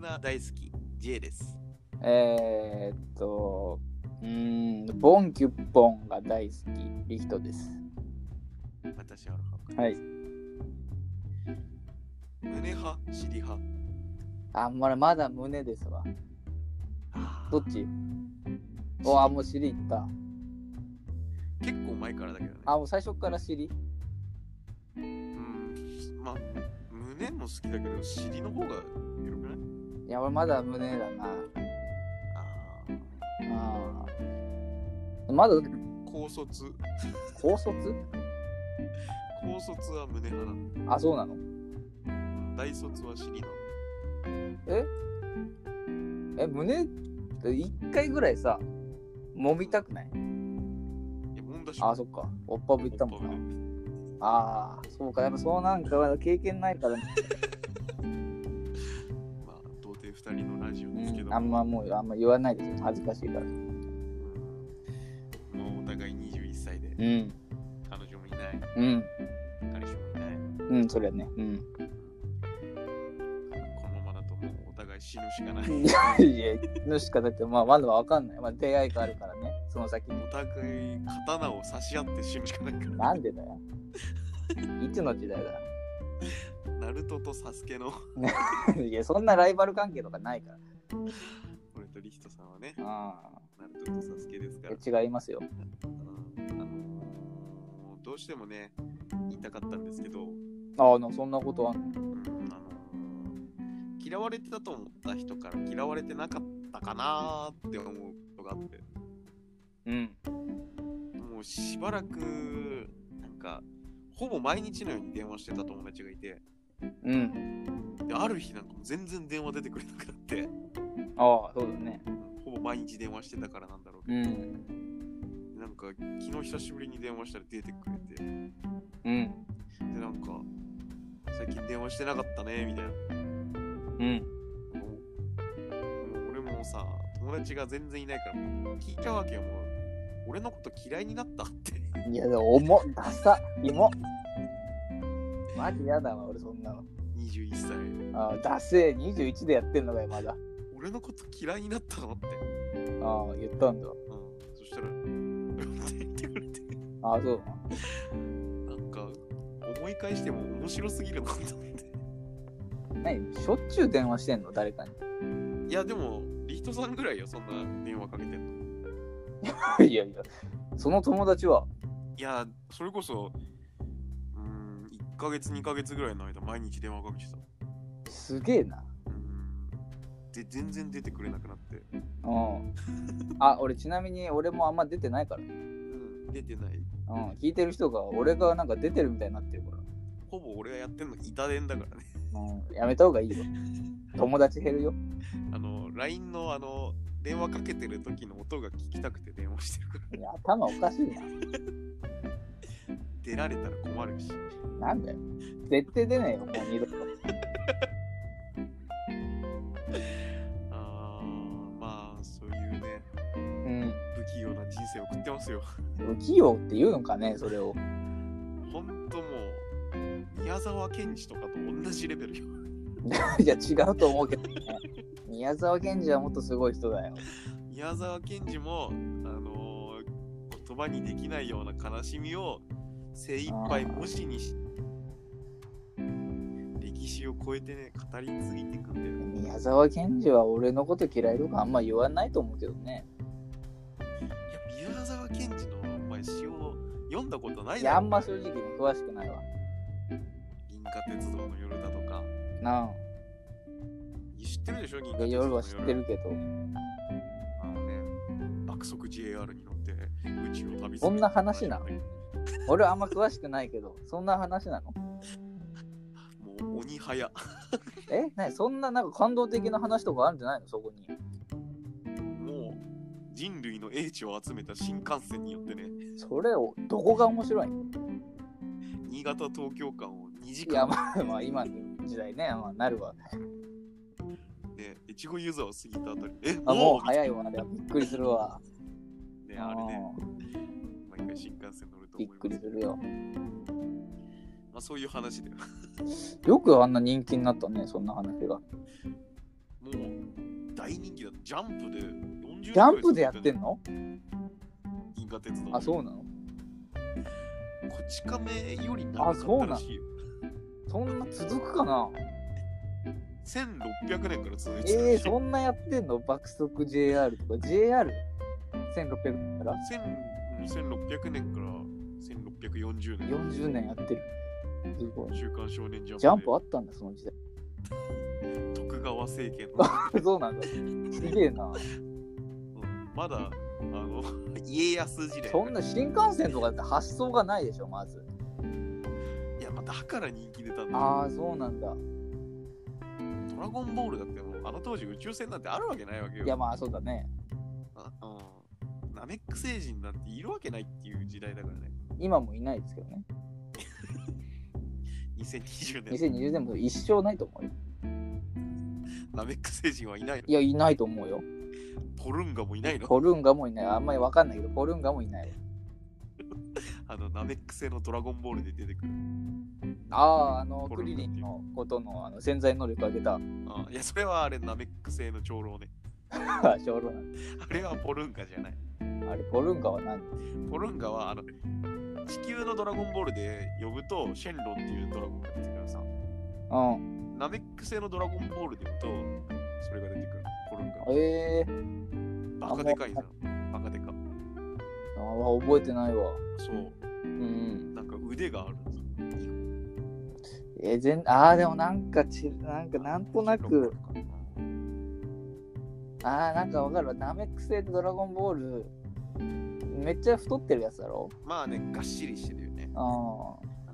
ナー大好き J ですえー、っと、うーん、ボンキュッポンが大好き、リヒトです。私はハンカはい。胸派尻派あんまりまだ胸ですわ。あーどっちおあ、もう尻いった。結構前からだけどねあ、もう最初から尻うんまあ胸も好きだけど尻の方が広くないいや、俺まだ胸だな。ああーまだー高卒高卒高卒は胸派なのあ、そうなの大卒は尻なのえ、胸、一回ぐらいさ、揉みたくないいやもんだしあ、そっか。おっぱぶいったもんな。ああ、そうか。やっぱそうなんかまだ経験ないから、まあ童貞二人のラジオうですけど、ん、あんまもう、あんま言わないですよ。恥ずかしいかもら。うお互い21歳でうん。彼女もいないうん。彼氏もいないうん、それね。うん。このままだともうお互い死ぬしかないいや いや、のしかだって、まあ、まだわかんない。まあ、出会いがあるからね。その先に。お互い刀を差し合って死ぬしかないからなんでだよ。いつの時代ナルトとサスケのだ。 いや、そんなライバル関係とかないから。俺とリヒトさんはねあナルトとサスケですから、あ、違いますよ。うんあのーどうしてもね言いたかったんですけど、ああ、のそんなことはうんあのー嫌われてたと思った人から嫌われてなかったかなーって思うことがあってうん。もうしばらくなんかほぼ毎日のように電話してた友達がいてうん。である日なんかもう全然電話出てくれなくなってああ、そうだね。ほぼ毎日電話してたからなんだろうけど、ん。なんか昨日久しぶりに電話したら出てくれてでうん。なんか最近電話してなかったねみたいなうん。もうもう俺もさ友達が全然いないからもう聞いちゃうわけよもう俺のこと嫌いになったって いや、でも重っ。ダサ。芋。マジやだわ、俺そんなの。 21歳ああ、ダセえ。21でやってんのかよ、まだ。俺のこと嫌いになったのって、ああ、言ったんだ。うん、そしたら って言ってくれてああ、そう。なんか思い返しても面白すぎるなと思って何しょっちゅう電話してんの誰かに。いやでもリヒトさんぐらいよそんな電話かけてんの いやいや、その友達は、いや、それこそ、うーん、1ヶ月、2ヶ月ぐらいの間、毎日電話かけてた。うすげえな。ーん。で、全然出てくれなくなって。うん。あ、俺ちなみに俺もあんま出てないから。うん、出てない。うん。聞いてる人が、俺がなんか出てるみたいになってるかほぼ俺がやってんの、板伝だからね。 ら。うん。やめた方がいいよ。友達減るよ。あの、LINE の、あの、電話かけてる時の音が聞きたくて電話してるから、いや頭おかしいな。出られたら困るし。なんだよ。絶対出ないよ、もう二度と。あー、まあ、そういうね、うん。不器用な人生を送ってますよ。不器用って言うのかね、それを。 ほんともう、宮沢賢治とかと同じレベルよ。いや、違うと思うけどね。宮沢賢治はもっとすごい人だよ。宮沢賢治も、あのー言葉にできないような悲しみを精一杯あー文字にし歴史を超えてね語り継いでいくんだよ宮沢賢治は俺のこと嫌いとかあんま言わないと思うけどね。いや宮沢賢治のお前詩を読んだことないいだや、ろあんま正直に詳しくないわ。銀河鉄道の夜だとかなあ。知ってるでしょ銀いや河鉄道の夜夜は知ってるけど、あのね爆速 JR に乗って宇宙を旅するそんな話なのも俺はあんま詳しくないけど、そんな話なのう鬼早えなにそんななんか感動的な話とかあるんじゃないのそこに。もう人類の英知を集めた新幹線によってねそれを、どこが面白いの新潟東京間を2時いや、間まあ、まあ、今の時代ね、まあ、なるわ。で越後湯沢を過ぎたあたりえあ、ももうう早いわ。あれはびっくりするわ。ねあれねうん毎回新幹線乗るとびっ思いくまりすするよ。まあそういう話でよくあんな人気になったね、そんな話が。もう大人気だジャンプで40ジジャンプでやってんの銀河鉄道あ、そうなのこち亀より長かったらしいよそんな続くかな1600年から続いてえるえー、しい、そんなやってんの爆速 JR とか JR?1600 から千1600年から1640年40年やってる。すごい。週刊少年ジャンプでジャンプあったんだ、その時代。徳川政権の、 そうなんだ。すげえな。うんまだあの 家康時代そんな新幹線とかだって発想がないでしょ、まず。いや、まあ、だから人気出たんだよああ、そうなんだ。ドラゴンボールだってもうあの当時宇宙船なんてあるわけないわけよいや、まあそうだね。あうんナメック星人なんているわけないっていう時代だからね今もいないですけどね。 2020年2020年も一生ないと思うよ。ナメック星人はいないのいや、いないと思うよ。トルンガもいないのコルンガもいない。あんまりわかんないけど、コルンガもいない。あのナメック星のドラゴンボールで出てくるああ、あの、コクルンリガリンのことのあの潜在能力を上げた あいやそれはあれナメック星の長老ね小論なんであれはポルンガじゃないあれ、コルンガは何ポルンガはあの地球のドラゴンボールで呼ぶとシェンロンっていうドラゴンが出てくるさうん。ナメック星のドラゴンボールで呼ぶとそれが出てくるポルンガええバカでかいなバカでかああ、覚えてないわ。そううん。なんか腕があるえー、全ああ、でもなんかち、なんかなんとなく、ああ、なんかわかるわ。ナメック星ドラゴンボール、めっちゃ太ってるやつだろまあねがっしりしてるよねああ。あ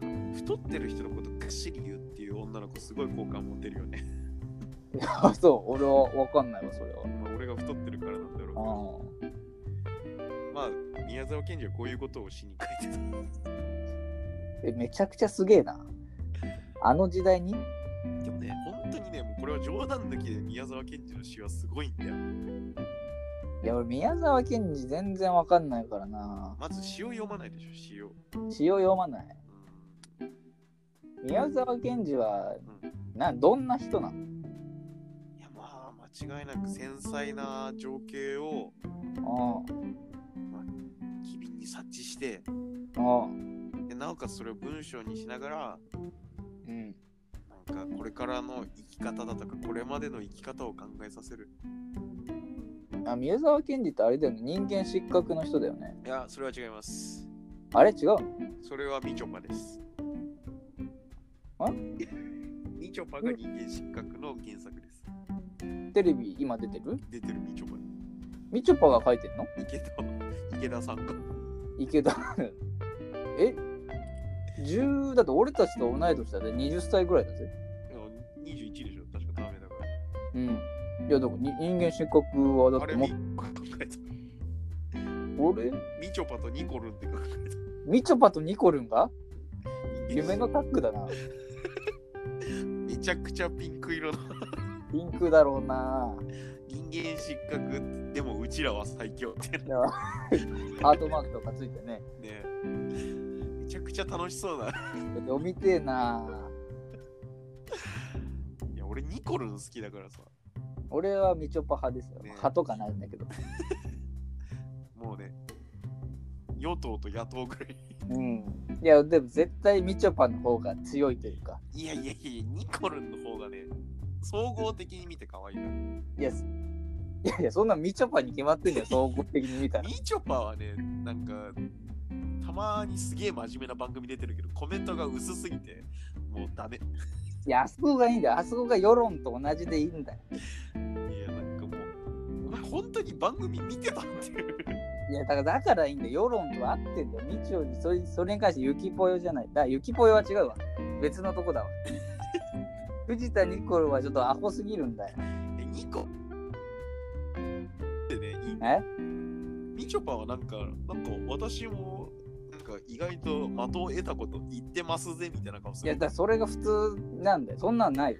の太ってる人のことがっしり言うっていう女の子すごい好感持てるよね いや、 そう、俺はわかんないわ、それは。まあ俺が太ってるからなんだろうけどあまあ宮沢賢治はこういうことをしに書いてたあ。え、めちゃくちゃすげえな。あの時代に でもね本当にねもうこれは冗談抜きで宮沢賢治の詩はすごいんだよいや、俺、宮沢賢治全然わかんないからな。まず詩を読まないでしょ詩を詩を読まなうい。ん宮沢賢治は、な、どんな人なのいやまあ間違いなく繊細な情景をあ機敏に察知してあ、ああ、でなおかつそれを文章にしながらうん。なんかこれからの生き方だとかこれまでの生き方を考えさせるあ、宮沢賢治ってあれだよね。人間失格の人だよね。いやそれは違いますあれ違うのそれはみちょぱですあ みちょぱが人間失格の原作ですテレビ今出てる出てるみちょぱみちょぱが書いてんの池田池田さんが池田 え10だって俺たちと同い年だで20歳ぐらいだぜいや21でしょ確かダメだかうんいやだからに人間失格はだらっあてれもみう考えた俺みちょぱとニコルンって考えたみちょぱとニコルンが人間夢のタッグだなめちゃくちゃピンク色のピンクだろうな人間失格でもうちらは最強っていや ハートマークとかついてねねめちゃくちゃ楽しそうな読みてえないや俺ニコルン好きだからさ俺はみちょぱ派ですよ、ね派とかないんだけどもうね与党と野党ぐらいうんいやでも絶対みちょぱの方が強いというかいやいやいやニコルンの方がね総合的に見て可愛いからいや、すいやいや、そんなみちょぱに決まってんじゃん、総合的に見たら。みちょぱはねなんかたまにすげえ真面目な番組出てるけどコメントが薄すぎてもうダメいや、あそこがいいんだよ、あそこが世論と同じでいいんだよ。いやなんかもうお前本当に番組見てたっていういや、だから、だからいいんだよ、世論と合ってんだよ、みちょに、それそれに関して、ゆきぽよじゃない。だから、ゆきぽよは違うわ。別のとこだわ。藤田ニコルはちょっとアホすぎるんだよ。えニコでねいいえみちょぱはなんかなんか私もなんか意外と的を得たこと言ってますぜみたいな顔すいるや、だからそれが普通なんだよ。そんなんないよ。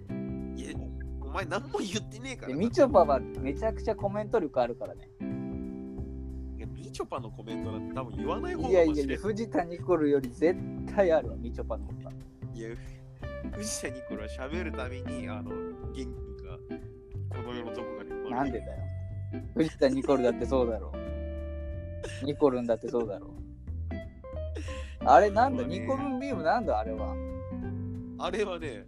いやお前何も言ってねえからでなみちょぱはめちゃくちゃコメント力あるからね。いやみちょぱのコメントなんて多分言わない方がいやい面やい白や、い藤田ニコルより絶対あるわ、みちょぱの方が。いや、藤田ニコルは喋るために、あの、元気がこの世のどこかに生まれてなんでだよ。藤田ニコルだってそうだろう。ニコルンだってそうだろう。あれなんだ、そうねニコルンビームなんだあれは。あれはね、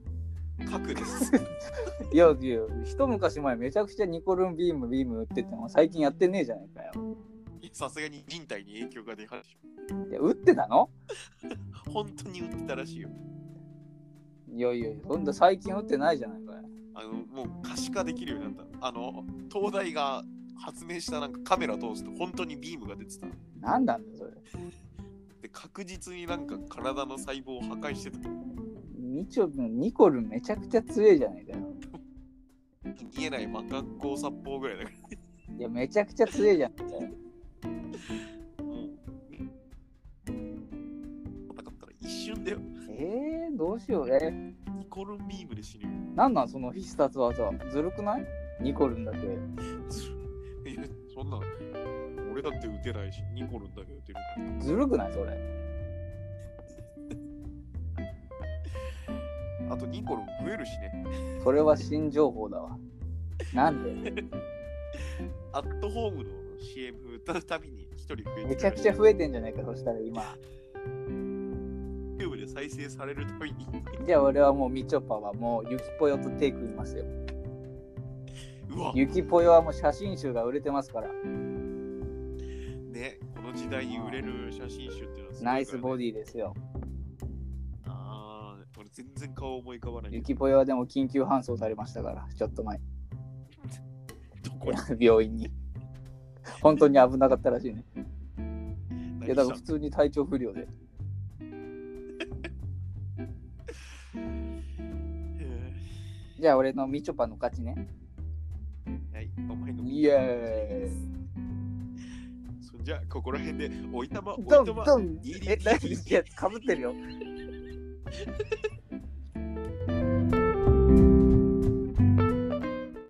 核です。 いやいや、一昔前めちゃくちゃニコルンビームビーム打ってても最近やってねえじゃないかよ。さすがに人体に影響が出始めいや、打ってたの本当に打ってたらしいよ。いやいや、そんな最近打ってないじゃないかよ。あの、もう可視化できるようになった。あの、東大が発明したなんかカメラ通すと本当にビームが出てた。なんなんだよそれ。で、確実になんか体の細胞を破壊してた。ニチョニコルンめちゃくちゃ強いじゃないかよ。見えない魔学校殺法ぐらいだかいや、めちゃくちゃ強いじゃないかよ。ら。もう。戦ったら一瞬だよ。えー、どうしよう。えニコルンビームで死ぬよ。なんなんその必殺技ずるくないニコルンだけいや、そんな、俺だって打てないし、ニコルンだけ打てる。ずるくないそれあとニコルン増えるしね。それは新情報だわなんでアットホームの CM 歌うたびに一人増えてる。めちゃくちゃ増えてんじゃないかそしたら今 YouTube で再生されるたびに、じゃあ俺はもうみちょぱはもうゆきぽよと手組みますようわ、ゆきぽよはもう写真集が売れてますからね、この時代に売れる写真集っていうのはすごいからね、ナイスボディですよああ、俺全然顔思い浮かばないけゆど。きぽよはでも緊急搬送されましたからちょっと前 どこに病院に本当に危なかったらしいねいやだ何からし普通に体調不良でたへじゃあ俺のみちょぱの勝ちねーはい、お前のイエー イそんじゃ、ここら辺で、おいたま、おいドンたま、ドンいいえ、何いや、かぶってるよ。